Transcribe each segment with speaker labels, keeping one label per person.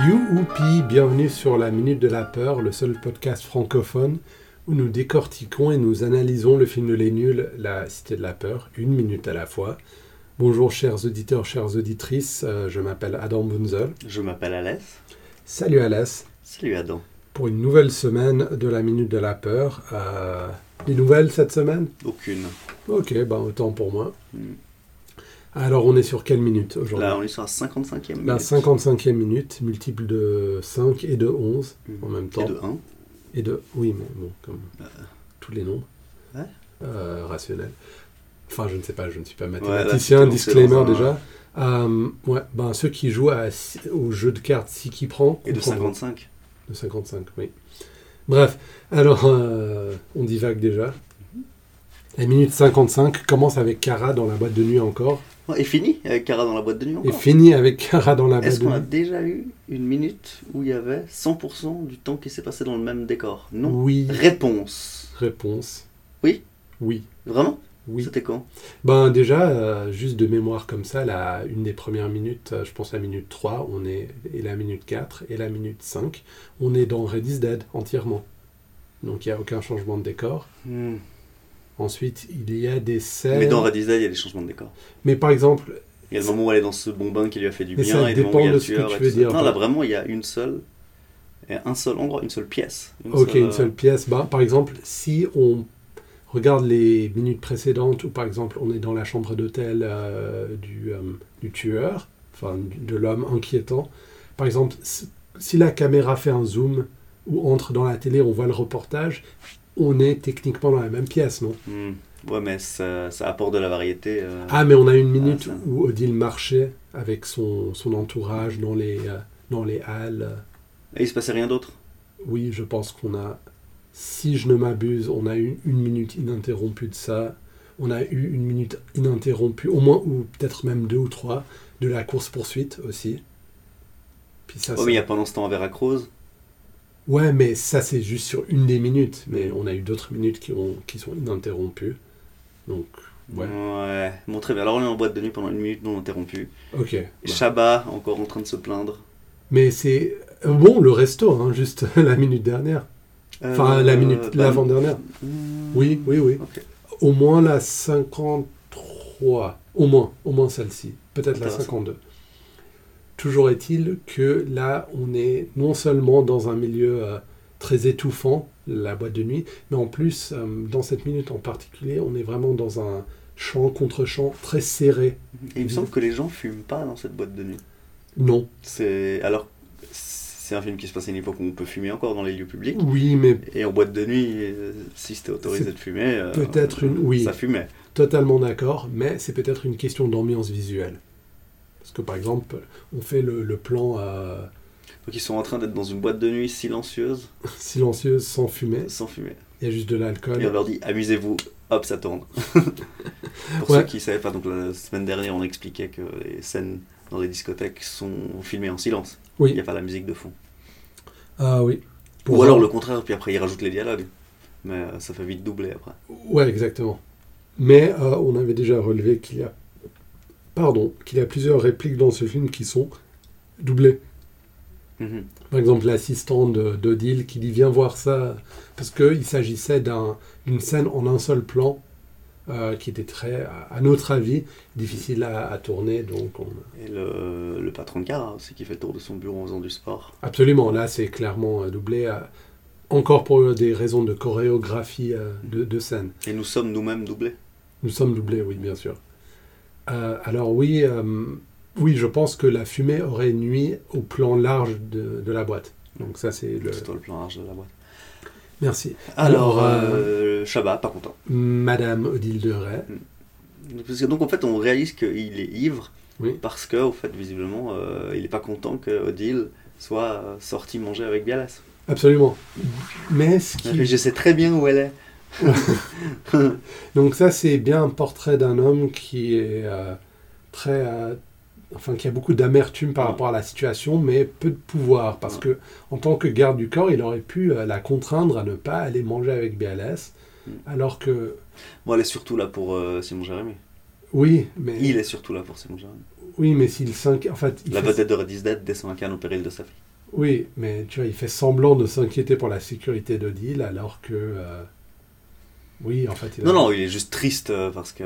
Speaker 1: Youpi, bienvenue sur la Minute de la Peur, le seul podcast francophone où nous décortiquons et nous analysons le film de Les Nuls, La Cité de la Peur, une minute à la fois. Bonjour chers auditeurs, chères auditrices, euh, je m'appelle Adam Bunzel.
Speaker 2: Je m'appelle Alès.
Speaker 1: Salut Alès,
Speaker 2: Salut Adam.
Speaker 1: pour une nouvelle semaine de la Minute de la Peur. Euh, les nouvelles cette semaine
Speaker 2: Aucune.
Speaker 1: Ok, ben autant pour moi.
Speaker 2: Hmm.
Speaker 1: Alors on est sur quelle minute aujourd'hui
Speaker 2: Là, on est sur la 55e.
Speaker 1: La
Speaker 2: minute.
Speaker 1: 55e minute, multiple de 5 et de 11 en même temps.
Speaker 2: Mmh. Et de 1.
Speaker 1: Et de. Oui, mais bon, comme tous les nombres.
Speaker 2: Ouais.
Speaker 1: Euh, rationnels. Enfin, je ne sais pas, je ne suis pas
Speaker 2: Ouais,
Speaker 1: mathématicien,
Speaker 2: là, c'est-
Speaker 1: disclaimer
Speaker 2: c'est dans un-
Speaker 1: déjà. Euh, ouais, ben, ceux qui jouent à, si- au jeu de cartes, si qui prend.
Speaker 2: Et de
Speaker 1: comprendront.
Speaker 2: 55.
Speaker 1: De 55, oui. Bref, alors, euh, on divague déjà. La minute 55 commence avec Cara dans la boîte de nuit encore,
Speaker 2: Ouais, et fini avec Cara dans la boîte de nuit
Speaker 1: et
Speaker 2: encore.
Speaker 1: finit avec Cara dans la boîte
Speaker 2: Est-ce
Speaker 1: de
Speaker 2: qu'on a
Speaker 1: nuit.
Speaker 2: déjà eu une minute où il y avait 100% du temps qui s'est passé dans le même décor Non.
Speaker 1: Oui.
Speaker 2: Réponse.
Speaker 1: Réponse.
Speaker 2: Oui.
Speaker 1: Oui.
Speaker 2: Vraiment
Speaker 1: Oui.
Speaker 2: C'était quand
Speaker 1: Ben déjà, euh, juste de mémoire comme ça, la, une des premières minutes, euh, je pense la minute 3, on est, et la minute 4, et la minute 5, on est dans Red is Dead entièrement. Donc il n'y a aucun changement de décor.
Speaker 2: Hmm.
Speaker 1: Ensuite, il y a des scènes...
Speaker 2: Mais dans Radis Dead, il y a des changements de décor.
Speaker 1: Mais par exemple,
Speaker 2: Il y a le moment où elle est dans ce bon bain qui lui a fait du
Speaker 1: Mais
Speaker 2: bien.
Speaker 1: ça
Speaker 2: et le moment où il y
Speaker 1: dépend
Speaker 2: a le
Speaker 1: de ce que
Speaker 2: tueur
Speaker 1: tu
Speaker 2: et tout
Speaker 1: veux
Speaker 2: ça.
Speaker 1: dire,
Speaker 2: Non, là
Speaker 1: toi.
Speaker 2: vraiment, il y a une seule. et Un seul endroit, une seule pièce. Une
Speaker 1: ok,
Speaker 2: seule,
Speaker 1: une seule pièce. Ben, par exemple, si on regarde les minutes précédentes, où par exemple on est dans la chambre d'hôtel euh, du, euh, du tueur, enfin du- de l'homme inquiétant, par exemple, si- si la caméra fait un zoom ou entre dans la télé, on voit le reportage, on est techniquement dans la même pièce, non
Speaker 2: Hmm. Ouais, mais ça, ça apporte de la variété. euh.
Speaker 1: Ah, mais on a une minute
Speaker 2: ça.
Speaker 1: où Odile marchait avec son, son entourage dans les, euh, dans les halles.
Speaker 2: Et il se passait rien d'autre.
Speaker 1: Oui, je pense qu'on a, si je ne m'abuse, on a eu une minute ininterrompue de ça. On a eu une minute ininterrompue, au moins, ou peut-être même deux ou trois, de la course-poursuite aussi. Puis ça,
Speaker 2: Ouais,
Speaker 1: c'est-
Speaker 2: mais il y a pendant ce temps à Veracruz.
Speaker 1: Ouais, mais ça, c'est juste sur une des minutes. Mais on a eu d'autres minutes qui, ont, qui sont ininterrompues. Donc, ouais.
Speaker 2: Ouais. Bon, très bien. Alors, on est en boîte de nuit pendant une minute non interrompue.
Speaker 1: Ok. bah.
Speaker 2: Chabat, encore en train de se plaindre.
Speaker 1: Mais c'est. euh, Bon, le resto, hein, juste la minute dernière.
Speaker 2: Euh,
Speaker 1: Enfin, la minute,
Speaker 2: bah,
Speaker 1: l'avant-dernière.
Speaker 2: hmm.
Speaker 1: Oui, oui, oui.
Speaker 2: Ok.
Speaker 1: Au moins la 53. Au moins, au moins celle-ci. Peut-être la
Speaker 2: Intéressant.
Speaker 1: 52. Toujours est-il que là, on est non seulement dans un milieu euh, très étouffant, la boîte de nuit, mais en plus, euh, dans cette minute en particulier, on est vraiment dans un champ contre champ très serré.
Speaker 2: Et il me semble que les gens fument pas dans cette boîte de nuit.
Speaker 1: Non.
Speaker 2: C'est. Alors, c'est un film qui se passe à une époque où on peut fumer encore dans les lieux publics.
Speaker 1: Oui, mais
Speaker 2: Et en boîte de nuit, euh, si c'était autorisé
Speaker 1: C'est
Speaker 2: de fumer. euh,
Speaker 1: peut-être une- oui.
Speaker 2: Ça fumait.
Speaker 1: Totalement d'accord, mais c'est peut-être une question d'ambiance visuelle. Parce que par exemple, on fait le, le plan euh,
Speaker 2: Donc, ils sont en train d'être dans une boîte de nuit silencieuse,
Speaker 1: silencieuse, sans fumée,
Speaker 2: sans fumer.
Speaker 1: il y a juste de l'alcool.
Speaker 2: Et on leur dit amusez-vous, hop, ça tourne. Pour
Speaker 1: Ouais.
Speaker 2: ceux qui ne savaient pas, donc la semaine dernière, on expliquait que les scènes dans les discothèques sont filmées en silence.
Speaker 1: Oui.
Speaker 2: Il n'y a pas la musique de fond.
Speaker 1: Ah oui.
Speaker 2: Ou
Speaker 1: Pour-
Speaker 2: alors le contraire, puis après ils rajoutent les dialogues. Mais euh, ça fait vite doubler après.
Speaker 1: Ouais, exactement. Mais euh, on avait déjà relevé qu'il y a, pardon, qu'il y a plusieurs répliques dans ce film qui sont doublées.
Speaker 2: Mhm.
Speaker 1: Par exemple, l'assistant de- d'Odile qui dit viens voir ça, parce qu'il s'agissait d'un- d'une scène en un seul plan euh, qui était très, à- à notre avis, difficile à, à tourner, donc on,
Speaker 2: Et le, le patron de car aussi qui fait le tour de son bureau en faisant du sport.
Speaker 1: Absolument, là c'est clairement euh, doublé, euh, encore pour des raisons de chorégraphie euh, de, de scène.
Speaker 2: Et nous sommes nous-mêmes doublés.
Speaker 1: Nous sommes doublés, oui, bien sûr. Euh, alors oui, euh, oui, je pense que la fumée aurait nuit au plan large de, de la boîte. Donc ça c'est le...
Speaker 2: C'est toi le plan large de la boîte.
Speaker 1: Merci. Alors,
Speaker 2: Alors,
Speaker 1: euh,
Speaker 2: euh, Chabat, pas content.
Speaker 1: Madame Odile de Ray.
Speaker 2: Parce que donc en fait, on réalise qu'il est ivre
Speaker 1: Oui.
Speaker 2: parce que, au fait, visiblement, euh, il n'est pas content que Odile soit euh, sortie manger avec Bialas.
Speaker 1: Absolument. Mais ce qui...
Speaker 2: Mais je sais très bien où elle est.
Speaker 1: Donc ça, c'est bien un portrait d'un homme qui est euh, très, euh, enfin, qui a beaucoup d'amertume par
Speaker 2: Ouais.
Speaker 1: rapport à la situation, mais peu de pouvoir parce que en tant que garde du corps, il aurait pu euh, la contraindre à ne pas aller manger avec BLS,
Speaker 2: Mm.
Speaker 1: alors que
Speaker 2: Bon, elle est surtout là pour euh, Simon Jérémy.
Speaker 1: oui, mais
Speaker 2: Il est surtout là pour Simon Jérémy.
Speaker 1: oui, mais s'il s'inquiète, en fait, il
Speaker 2: La
Speaker 1: fait-
Speaker 2: vedette de Redis Dead descend un canne au péril de sa vie.
Speaker 1: Oui, mais tu vois, il fait semblant de s'inquiéter pour la sécurité d'Odile alors que. euh, Oui, en fait, il a-
Speaker 2: Non, non, il est juste triste euh, parce que.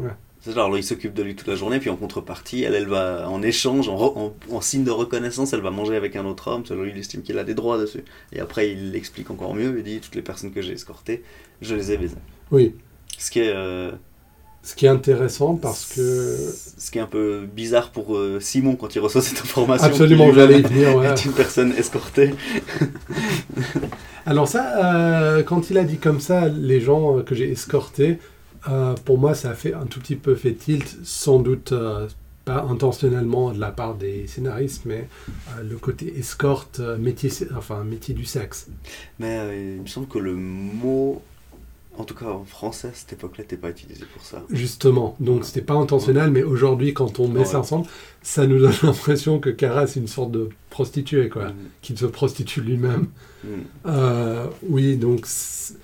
Speaker 1: Ouais.
Speaker 2: C'est genre, alors, il s'occupe de lui toute la journée, puis en contrepartie, elle, elle va, en échange, en, re- en- en signe de reconnaissance, elle va manger avec un autre homme, selon lui, il estime qu'il a des droits dessus. Et après, il l'explique encore mieux, il dit Toutes les personnes que j'ai escortées, je les ai baisées.
Speaker 1: Oui,
Speaker 2: Ce qui est. euh,
Speaker 1: ce qui est intéressant parce que.
Speaker 2: Ce qui est un peu bizarre pour euh, Simon quand il reçoit cette information.
Speaker 1: Absolument,
Speaker 2: qu'il
Speaker 1: j'allais y venir. ouais.
Speaker 2: Est une personne escortée.
Speaker 1: Alors ça, euh, quand il a dit comme ça, les gens euh, que j'ai escortés, euh, pour moi, ça a fait un tout petit peu fait tilt, sans doute euh, pas intentionnellement de la part des scénaristes, mais euh, le côté escorte, euh, métier, enfin métier du sexe.
Speaker 2: Mais euh, il me semble que le mot, en tout cas en français, à cette époque-là, n'était pas utilisé pour ça.
Speaker 1: Justement, donc c'était pas intentionnel, mais aujourd'hui, quand on met
Speaker 2: Ouais.
Speaker 1: ça ensemble, ça nous donne l'impression que Cara, c'est une sorte de prostituée, quoi,
Speaker 2: Mm.
Speaker 1: qui se prostitue lui-même.
Speaker 2: Mm.
Speaker 1: Euh, oui, donc c-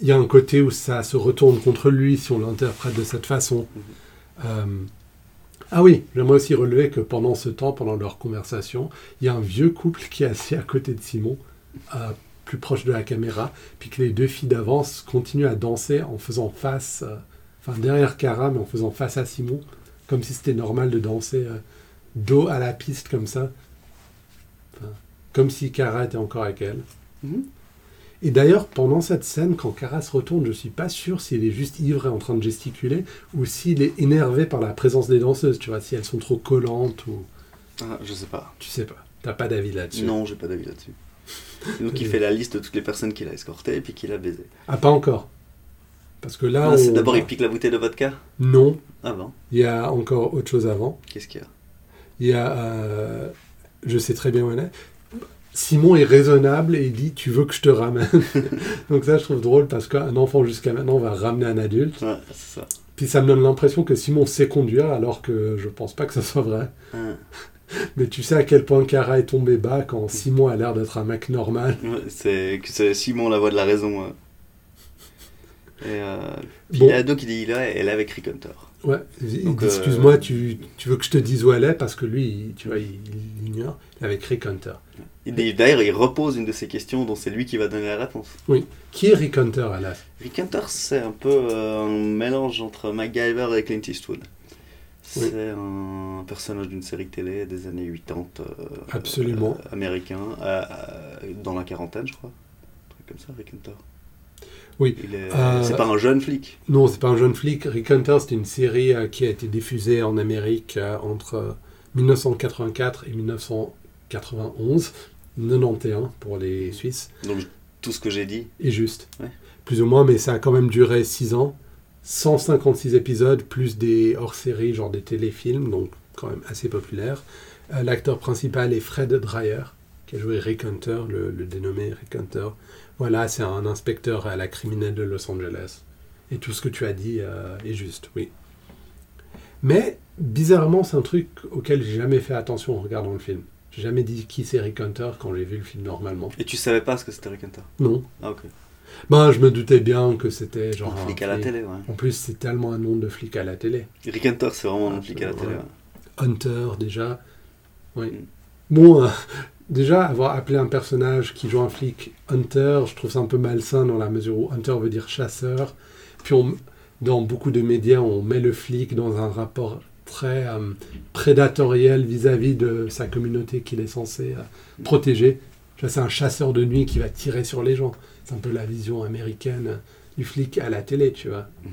Speaker 1: il y a un côté où ça se retourne contre lui si on l'interprète de cette façon.
Speaker 2: Mhm.
Speaker 1: Euh, ah oui, j'aimerais aussi relever que pendant ce temps, pendant leur conversation, il y a un vieux couple qui est assis à côté de Simon, euh, plus proche de la caméra, puis que les deux filles d'avance continuent à danser en faisant face, euh, enfin derrière Cara, mais en faisant face à Simon, comme si c'était normal de danser euh, dos à la piste comme ça. Enfin, comme si Cara était encore avec elle.
Speaker 2: Mhm.
Speaker 1: Et d'ailleurs, pendant cette scène, quand Cara se retourne, je suis pas sûr s'il est juste ivre et en train de gesticuler, ou s'il est énervé par la présence des danseuses, tu vois, si elles sont trop collantes, ou
Speaker 2: Ah, je sais pas.
Speaker 1: tu sais pas. T'as pas d'avis là-dessus
Speaker 2: Non, j'ai pas d'avis là-dessus. Donc
Speaker 1: Oui.
Speaker 2: il fait la liste de toutes les personnes qu'il a escortées et puis qu'il a baisé.
Speaker 1: Ah, pas encore. Parce que là,
Speaker 2: Ah, c'est
Speaker 1: on-
Speaker 2: D'abord, il pique la bouteille de vodka
Speaker 1: Non,
Speaker 2: Ah ben,
Speaker 1: il y a encore autre chose avant.
Speaker 2: qu'est-ce qu'il y a
Speaker 1: Il y a... euh, Je sais très bien où elle est. Simon est raisonnable et il dit « tu veux que je te ramène ». Donc ça, je trouve drôle parce qu'un enfant jusqu'à maintenant va ramener un adulte.
Speaker 2: Ouais, c'est ça.
Speaker 1: Puis ça me donne l'impression que Simon sait conduire alors que je pense pas que ça soit vrai.
Speaker 2: Ah,
Speaker 1: Mais tu sais à quel point Cara est tombé bas quand Simon a l'air d'être un mec normal.
Speaker 2: ouais, c'est que c'est Simon, la voix de la raison. hein. Et euh, puis
Speaker 1: Bon.
Speaker 2: il y a Ado qui dit il est, elle est avec Rick Hunter.
Speaker 1: Ouais, il dit,
Speaker 2: Donc, euh,
Speaker 1: excuse-moi, tu, tu veux que je te dise où elle est parce que lui, il- tu vois, il il l'ignore. Il est avec Rick Hunter.
Speaker 2: Il dit- D'ailleurs, il repose une de ces questions dont c'est lui qui va donner la réponse.
Speaker 1: Qui est Rick Hunter, Alas
Speaker 2: Rick Hunter, c'est un peu euh, un mélange entre MacGyver et Clint Eastwood.
Speaker 1: Oui.
Speaker 2: C'est un personnage d'une série télé des années 80 euh,
Speaker 1: Absolument.
Speaker 2: euh, américain, euh, euh, dans la quarantaine, je crois. Un truc comme ça, Rick Hunter.
Speaker 1: Oui,
Speaker 2: Il est-
Speaker 1: euh,
Speaker 2: C'est pas un jeune flic.
Speaker 1: Non, c'est pas un jeune flic. Rick Hunter, c'est une série euh, qui a été diffusée en Amérique euh, entre euh, 1984 et 1991. 91 pour les Suisses.
Speaker 2: Donc tout ce que j'ai dit,
Speaker 1: Et juste.
Speaker 2: Ouais.
Speaker 1: Plus ou moins, mais ça a quand même duré 6 ans. 156 épisodes, plus des hors-séries, genre des téléfilms, donc quand même assez populaire. Euh, L'acteur principal est Fred Dreyer, qui a joué Rick Hunter, le, le dénommé Rick Hunter. Voilà, c'est un inspecteur à la criminelle de Los Angeles. Et tout ce que tu as dit euh, est juste, oui. Mais bizarrement, c'est un truc auquel j'ai jamais fait attention en regardant le film. J'ai jamais dit qui c'est Rick Hunter quand j'ai vu le film normalement.
Speaker 2: et tu savais pas ce que c'était Rick Hunter.
Speaker 1: Non.
Speaker 2: Ah ok.
Speaker 1: Ben, je me doutais bien que c'était genre.
Speaker 2: Un
Speaker 1: un
Speaker 2: flic à la
Speaker 1: flic.
Speaker 2: télé, ouais.
Speaker 1: En plus, c'est tellement un nom de flic à la télé.
Speaker 2: Rick Hunter, c'est vraiment un flic à la
Speaker 1: Ouais.
Speaker 2: télé. ouais.
Speaker 1: Hunter, déjà. Oui.
Speaker 2: Mm.
Speaker 1: Bon, euh, déjà, avoir appelé un personnage qui joue un flic Hunter, je trouve ça un peu malsain dans la mesure où Hunter veut dire chasseur. Puis, on- dans beaucoup de médias, on met le flic dans un rapport très euh, prédatoriel vis-à-vis de sa communauté qu'il est censé euh, protéger. Tu vois, C'est un chasseur de nuit qui va tirer sur les gens. C'est un peu la vision américaine euh, du flic à la télé, tu vois.
Speaker 2: Mhm.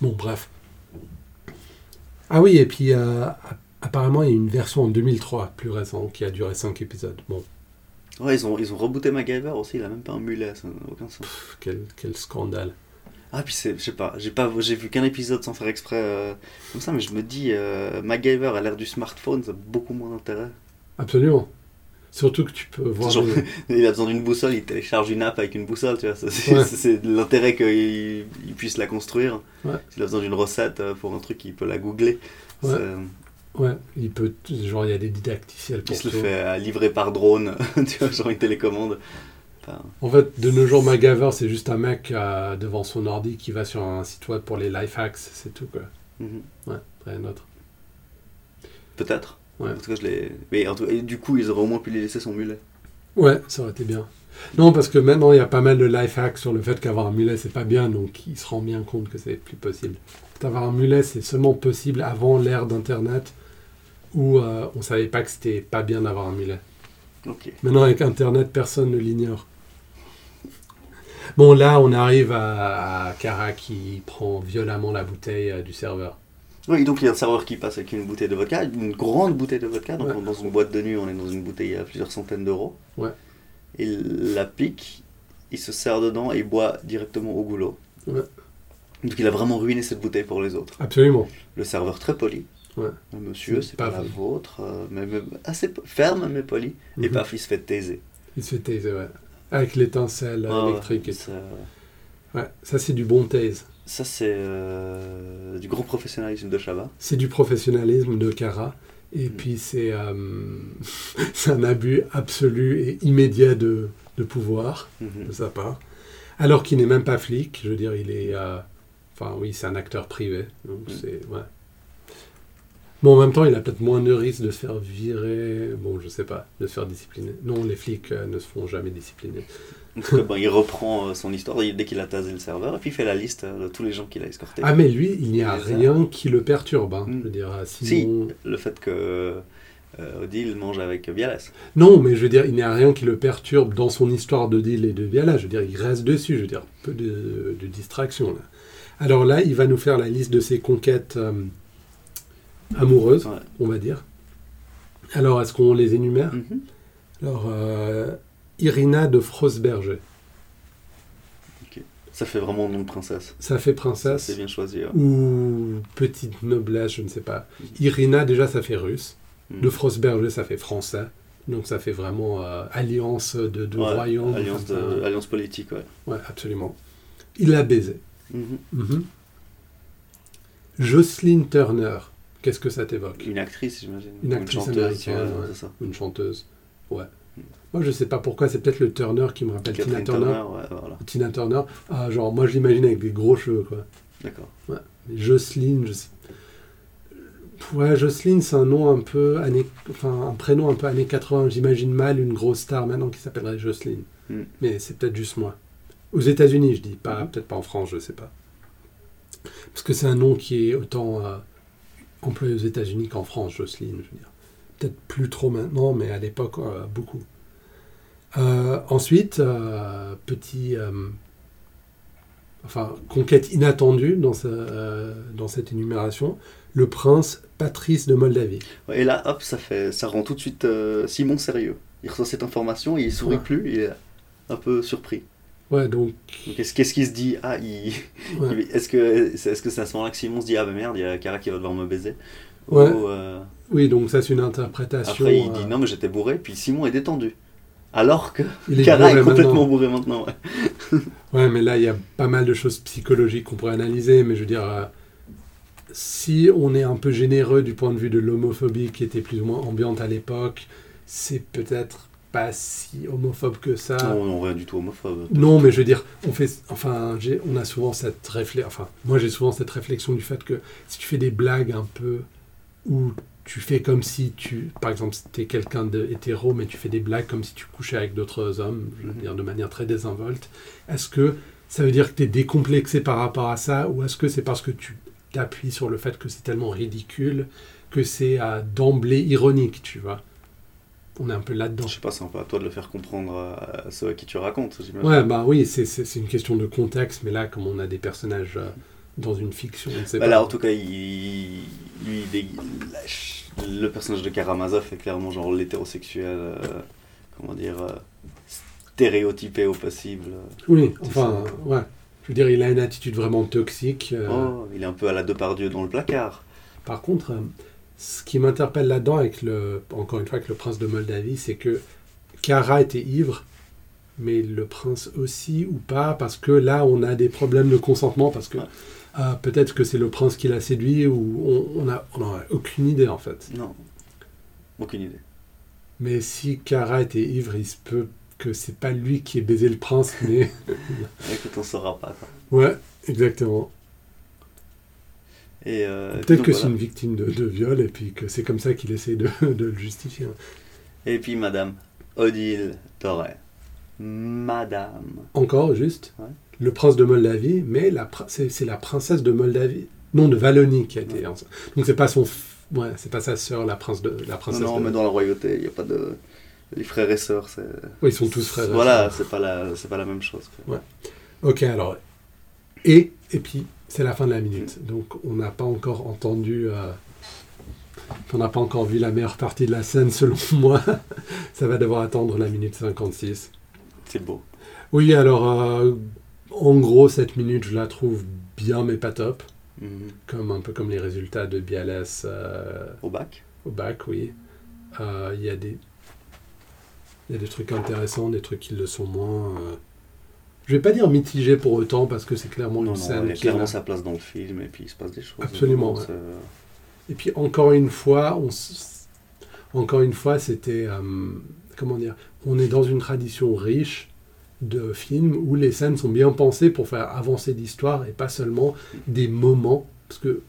Speaker 1: Bon, bref. Ah oui, et puis euh, app- apparemment, il y a une version en 2003, plus récente, qui a duré 5 épisodes. Bon,
Speaker 2: Ouais, ils ont, ils ont rebooté MacGyver aussi, il a même pas un mulet, ça n'a aucun sens.
Speaker 1: pff, quel, quel scandale.
Speaker 2: Ah, puis c'est, je sais pas, j'ai pas, j'ai vu qu'un épisode sans faire exprès euh, comme ça, mais je me dis, euh, MacGyver à l'ère du smartphone, ça a beaucoup moins d'intérêt.
Speaker 1: Absolument. Surtout que tu peux voir...
Speaker 2: Genre-
Speaker 1: des-
Speaker 2: Il a besoin d'une boussole, il télécharge une app avec une boussole, tu vois, ça, c'est,
Speaker 1: Ouais.
Speaker 2: c'est- c'est de l'intérêt qu'il il puisse la construire.
Speaker 1: Ouais.
Speaker 2: S'il a besoin d'une recette euh, pour un truc, il peut la googler.
Speaker 1: Ouais.
Speaker 2: C'est-
Speaker 1: Ouais, il peut... Genre, il y a des didacticiels pour
Speaker 2: il se le
Speaker 1: tout.
Speaker 2: fait euh, livrer par drone, tu vois, genre une télécommande. Enfin,
Speaker 1: En fait, de nos jours, MacGyver, c'est juste un mec euh, devant son ordi qui va sur un site web pour les life hacks, c'est tout, quoi.
Speaker 2: mhm.
Speaker 1: Rien d'autre.
Speaker 2: Peut-être.
Speaker 1: Ouais.
Speaker 2: En tout cas, je l'ai. Mais en tout- et du coup, ils auraient au moins pu les laisser son mulet.
Speaker 1: Ouais, ça aurait été bien. Non, parce que maintenant, il y a pas mal de life hacks sur le fait qu'avoir un mulet, c'est pas bien, donc il se rend bien compte que c'est plus possible. D'avoir un mulet, c'est seulement possible avant l'ère d'Internet où euh, on savait pas que c'était pas bien d'avoir un mulet.
Speaker 2: Ok.
Speaker 1: Maintenant, avec Internet, personne ne l'ignore. Bon, là, on arrive à, à Cara qui prend violemment la bouteille euh, du serveur.
Speaker 2: Oui, donc il y a un serveur qui passe avec une bouteille de vodka, une grande bouteille de vodka. Donc
Speaker 1: Ouais.
Speaker 2: on- dans une boîte de nuit, on est dans une bouteille à plusieurs centaines d'euros.
Speaker 1: Ouais.
Speaker 2: Il la pique, il se sert dedans et il boit directement au goulot.
Speaker 1: Ouais.
Speaker 2: Donc il a vraiment ruiné cette bouteille pour les autres.
Speaker 1: Absolument.
Speaker 2: Le serveur très poli.
Speaker 1: Ouais.
Speaker 2: Le Monsieur, c'est
Speaker 1: Pas
Speaker 2: pas, la
Speaker 1: vrai.
Speaker 2: vôtre, euh, mais, mais assez po- ferme mais poli. Et
Speaker 1: Mhm.
Speaker 2: paf, il se fait taiser.
Speaker 1: Il se fait taiser, ouais. Avec l'étincelle
Speaker 2: Ah ouais,
Speaker 1: électrique et tout.
Speaker 2: ça,
Speaker 1: Ouais, ça, c'est du bon taise.
Speaker 2: ça, c'est euh, du gros professionnalisme de Chabat.
Speaker 1: C'est du professionnalisme de Cara. Et
Speaker 2: Mm.
Speaker 1: puis, c'est euh, c'est un abus absolu et immédiat de, de pouvoir
Speaker 2: Mhm.
Speaker 1: de sa part. Alors qu'il n'est même pas flic, je veux dire, il est. euh, Enfin, oui, c'est un acteur privé. Donc,
Speaker 2: Mm.
Speaker 1: c'est. Ouais. Bon, en même temps, il a peut-être moins de risques de se faire virer. Bon, je sais pas, de se faire discipliner. Non, les flics euh, ne se font jamais discipliner.
Speaker 2: En tout cas, bon, il reprend euh, son histoire dès qu'il a tasé le serveur et puis il fait la liste euh, de tous les gens qu'il a escortés.
Speaker 1: Ah, mais lui, il n'y a
Speaker 2: Il les a.
Speaker 1: rien qui le perturbe. hein.
Speaker 2: Mm.
Speaker 1: Je veux dire, ah,
Speaker 2: Si.
Speaker 1: sinon-
Speaker 2: Le fait que euh, Odile mange avec Bialas.
Speaker 1: Non, mais je veux dire, il n'y a rien qui le perturbe dans son histoire de deal et de Viala. Je veux dire, il reste dessus. Je veux dire, peu de, de distraction. Là. Alors là, il va nous faire la liste de ses conquêtes euh, amoureuses,
Speaker 2: Ouais.
Speaker 1: on va dire. Alors, est-ce qu'on les énumère
Speaker 2: Mhm.
Speaker 1: Alors, euh, Irina de Frosberger,
Speaker 2: Ça fait vraiment nom de princesse.
Speaker 1: ça fait
Speaker 2: Ça,
Speaker 1: princesse.
Speaker 2: c'est bien choisi. ouais.
Speaker 1: Ou petite noblesse, je ne sais pas. Irina, déjà, ça fait russe.
Speaker 2: Mhm.
Speaker 1: De Frosberger, ça fait français. Donc, ça fait vraiment euh, alliance de, de
Speaker 2: Ouais,
Speaker 1: royaumes.
Speaker 2: Alliance, de-
Speaker 1: Enfin,
Speaker 2: alliance politique, ouais.
Speaker 1: Ouais, absolument. Il l'a baisé.
Speaker 2: Mhm.
Speaker 1: Jocelyn Turner, qu'est-ce que ça t'évoque
Speaker 2: Une actrice, j'imagine.
Speaker 1: Une
Speaker 2: Ou
Speaker 1: actrice
Speaker 2: ouais,
Speaker 1: américaine, ouais.
Speaker 2: c'est ça.
Speaker 1: Une chanteuse. Ouais. Moi, je sais pas pourquoi, c'est peut-être le Turner qui me rappelle Tina
Speaker 2: Catherine
Speaker 1: Turner.
Speaker 2: Turner, ouais, voilà.
Speaker 1: Tina Turner, ah, genre, moi, je l'imagine avec des gros cheveux, quoi.
Speaker 2: D'accord.
Speaker 1: Mais Jocelyn, je sais. Ouais, Jocelyn, c'est un nom un peu année, enfin un prénom un peu années 80. J'imagine mal une grosse star maintenant qui s'appellerait Jocelyn.
Speaker 2: Mm.
Speaker 1: Mais c'est peut-être juste moi. Aux États-Unis, je dis pas,
Speaker 2: Mhm.
Speaker 1: peut-être pas en France, je sais pas. Parce que c'est un nom qui est autant euh, employé aux États-Unis qu'en France, Jocelyn, je veux dire. Peut-être plus trop maintenant, mais à l'époque euh, beaucoup. Euh, ensuite, euh, petit euh, enfin, conquête inattendue dans, ce- euh, dans cette énumération, le prince Patrice de Moldavie.
Speaker 2: Ouais, Et là, hop, ça, fait, ça rend tout de suite euh, Simon sérieux. Il reçoit cette information, il sourit
Speaker 1: Ouais.
Speaker 2: plus, il est un peu surpris.
Speaker 1: Ouais, donc,
Speaker 2: Donc, Qu'est-ce qu'est-ce qu'il se dit Ah, il...
Speaker 1: ouais.
Speaker 2: il- est-ce que c'est -ce à ce moment-là que Simon se dit Ah, bah merde, il y a Cara qui va devoir me baiser
Speaker 1: Ouais.
Speaker 2: Ou, euh,
Speaker 1: oui, donc ça c'est une interprétation.
Speaker 2: Après, il
Speaker 1: euh,
Speaker 2: dit Non, mais j'étais bourré, puis Simon est détendu. Alors que
Speaker 1: il est
Speaker 2: Cara
Speaker 1: bourré
Speaker 2: est complètement
Speaker 1: maintenant.
Speaker 2: bourré maintenant. ouais.
Speaker 1: Ouais, mais là il y a pas mal de choses psychologiques qu'on pourrait analyser, mais je veux dire, euh, si on est un peu généreux du point de vue de l'homophobie qui était plus ou moins ambiante à l'époque, c'est peut-être pas si homophobe que ça.
Speaker 2: Non, non, rien du tout homophobe.
Speaker 1: Non, mais je veux dire, on fait, enfin, j'ai- on a souvent cette réflexion, enfin, moi j'ai souvent cette réflexion du fait que si tu fais des blagues un peu où tu fais comme si tu, par exemple, si t'es quelqu'un de hétéro, mais tu fais des blagues comme si tu couchais avec d'autres hommes, je veux
Speaker 2: Mhm.
Speaker 1: dire de manière très désinvolte, est-ce que ça veut dire que t'es décomplexé par rapport à ça, ou est-ce que c'est parce que tu t'appuies sur le fait que c'est tellement ridicule que c'est euh, d'emblée ironique, tu vois On est un peu là-dedans.
Speaker 2: Je sais pas, c'est un peu à toi de le faire comprendre à à ceux à qui tu racontes, j'imagine.
Speaker 1: Ouais, bah oui, c'est- c'est c'est une question de contexte, mais là, comme on a des personnages euh, dans une fiction, on ne sait
Speaker 2: Bah
Speaker 1: pas.
Speaker 2: là, en tout cas, il, lui, il dég- lâche. le personnage de Karamazov est clairement genre l'hétérosexuel, euh, comment dire, euh, stéréotypé au possible.
Speaker 1: oui,
Speaker 2: c'est
Speaker 1: enfin,
Speaker 2: ça.
Speaker 1: euh, ouais. Je veux dire, il a une attitude vraiment toxique. euh,
Speaker 2: Oh, il est un peu à la Depardieu dans le placard.
Speaker 1: Par contre, euh, ce qui m'interpelle là-dedans, avec le, encore une fois, avec le prince de Moldavie, c'est que Kara était ivre, mais le prince aussi ou pas, parce que là, on a des problèmes de consentement, parce que
Speaker 2: Ouais.
Speaker 1: euh, peut-être que c'est le prince qui l'a séduit, ou on n'a on en a aucune idée, en fait.
Speaker 2: Non, aucune idée.
Speaker 1: Mais si Kara était ivre, il se peut que c'est pas lui qui ait baisé le prince, mais.
Speaker 2: Écoute, on saura pas. quoi.
Speaker 1: ouais, exactement.
Speaker 2: Et, euh,
Speaker 1: Peut-être
Speaker 2: donc,
Speaker 1: que c'est
Speaker 2: voilà.
Speaker 1: une victime de, de viol et puis que c'est comme ça qu'il essaie de, de le justifier.
Speaker 2: Et puis Madame Odile Doré. Madame.
Speaker 1: Encore juste
Speaker 2: Ouais.
Speaker 1: le prince de Moldavie, mais la prin- c'est c'est la princesse de Moldavie, non de Wallonie qui a été enceinte. Donc c'est pas son, f- ouais, c'est pas sa sœur la prince de la
Speaker 2: Non,
Speaker 1: princesse.
Speaker 2: non,
Speaker 1: de-
Speaker 2: mais dans la royauté, il n'y a pas de. Les frères et sœurs, c'est.
Speaker 1: Ouais, ils sont tous frères. et
Speaker 2: Voilà, c'est pas, la... c'est pas la même chose. quoi.
Speaker 1: Ok, alors. Et, et puis, c'est la fin de la minute. Donc, on n'a pas encore entendu. euh, on n'a pas encore vu la meilleure partie de la scène, selon moi. Ça va devoir attendre la minute 56.
Speaker 2: C'est beau.
Speaker 1: Oui, alors, euh, en gros, cette minute, je la trouve bien, mais pas top.
Speaker 2: Mhm.
Speaker 1: Comme, un peu comme les résultats de Bialès euh,
Speaker 2: Au bac.
Speaker 1: au bac, oui. Euh, Il y a des. Il y a des trucs intéressants, des trucs qui le sont moins. euh. Je vais pas dire mitigé pour autant parce que c'est clairement
Speaker 2: Non, non,
Speaker 1: une scène
Speaker 2: il
Speaker 1: qui
Speaker 2: a
Speaker 1: est là.
Speaker 2: clairement sa place dans le film, et puis il se passe des choses.
Speaker 1: Absolument,
Speaker 2: Donc, euh,
Speaker 1: ouais.
Speaker 2: c'est-
Speaker 1: Et puis encore une fois, on s- encore une fois, c'était euh, comment dire On est dans une tradition riche de films où les scènes sont bien pensées pour faire avancer l'histoire et pas seulement des moments, parce que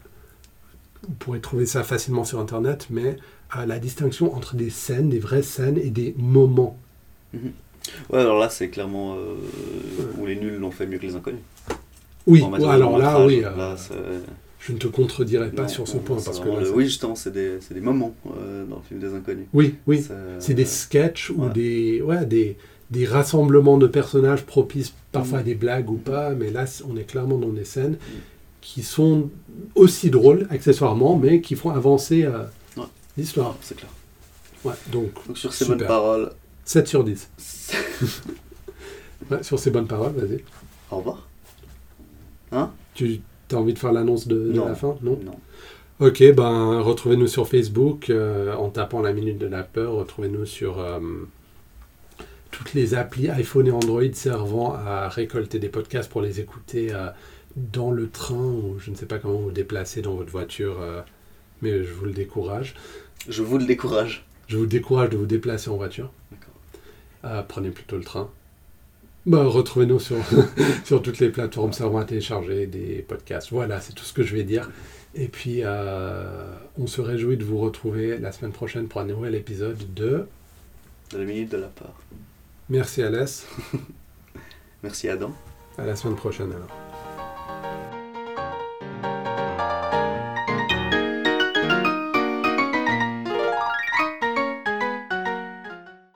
Speaker 1: vous pourrez trouver ça facilement sur internet, mais euh, la distinction entre des scènes, des vraies scènes et des moments.
Speaker 2: Ouais, alors là, c'est clairement euh, où les nuls l'ont fait mieux que les inconnus.
Speaker 1: Oui,
Speaker 2: En matière de
Speaker 1: alors là,
Speaker 2: long-métrage,
Speaker 1: oui, euh,
Speaker 2: là, c'est-
Speaker 1: je ne te contredirai pas
Speaker 2: non,
Speaker 1: sur ce
Speaker 2: non,
Speaker 1: point
Speaker 2: c'est
Speaker 1: parce que
Speaker 2: vraiment
Speaker 1: là,
Speaker 2: le-
Speaker 1: c'est-
Speaker 2: Oui, justement, c'est des, c'est des moments euh, dans le film des inconnus. euh,
Speaker 1: oui, oui,
Speaker 2: C'est-
Speaker 1: C'est des sketchs ou
Speaker 2: Ouais.
Speaker 1: des, ouais, des, des rassemblements de personnages propices parfois à
Speaker 2: Mm.
Speaker 1: des blagues ou pas, mais là, c- on est clairement dans des scènes qui sont aussi drôles, accessoirement, mais qui font avancer euh,
Speaker 2: Ouais.
Speaker 1: l'histoire.
Speaker 2: C'est clair.
Speaker 1: Ouais, donc,
Speaker 2: Donc sur ces
Speaker 1: Super.
Speaker 2: bonnes paroles,
Speaker 1: 7 sur 10.
Speaker 2: c'est-
Speaker 1: Ouais, sur ces bonnes paroles, vas-y.
Speaker 2: au revoir.
Speaker 1: Tu as envie de faire l'annonce de, de
Speaker 2: Non.
Speaker 1: la fin Non
Speaker 2: Non.
Speaker 1: Ok, ben retrouvez-nous sur Facebook euh, en tapant la minute de la peur. Retrouvez-nous sur euh, toutes les applis iPhone et Android servant à récolter des podcasts pour les écouter euh, dans le train ou je ne sais pas comment vous déplacer dans votre voiture, euh, mais je vous le décourage.
Speaker 2: Je vous le décourage.
Speaker 1: Je vous décourage de vous déplacer en voiture.
Speaker 2: D'accord.
Speaker 1: Euh, prenez plutôt le train. Ben, retrouvez-nous sur, sur toutes les plateformes servant à télécharger des podcasts. Voilà, c'est tout ce que je vais dire. Et puis, euh, on se réjouit de vous retrouver la semaine prochaine pour un nouvel épisode de
Speaker 2: De la minute de la part.
Speaker 1: Merci Alès.
Speaker 2: Merci Adam.
Speaker 1: À la semaine prochaine alors.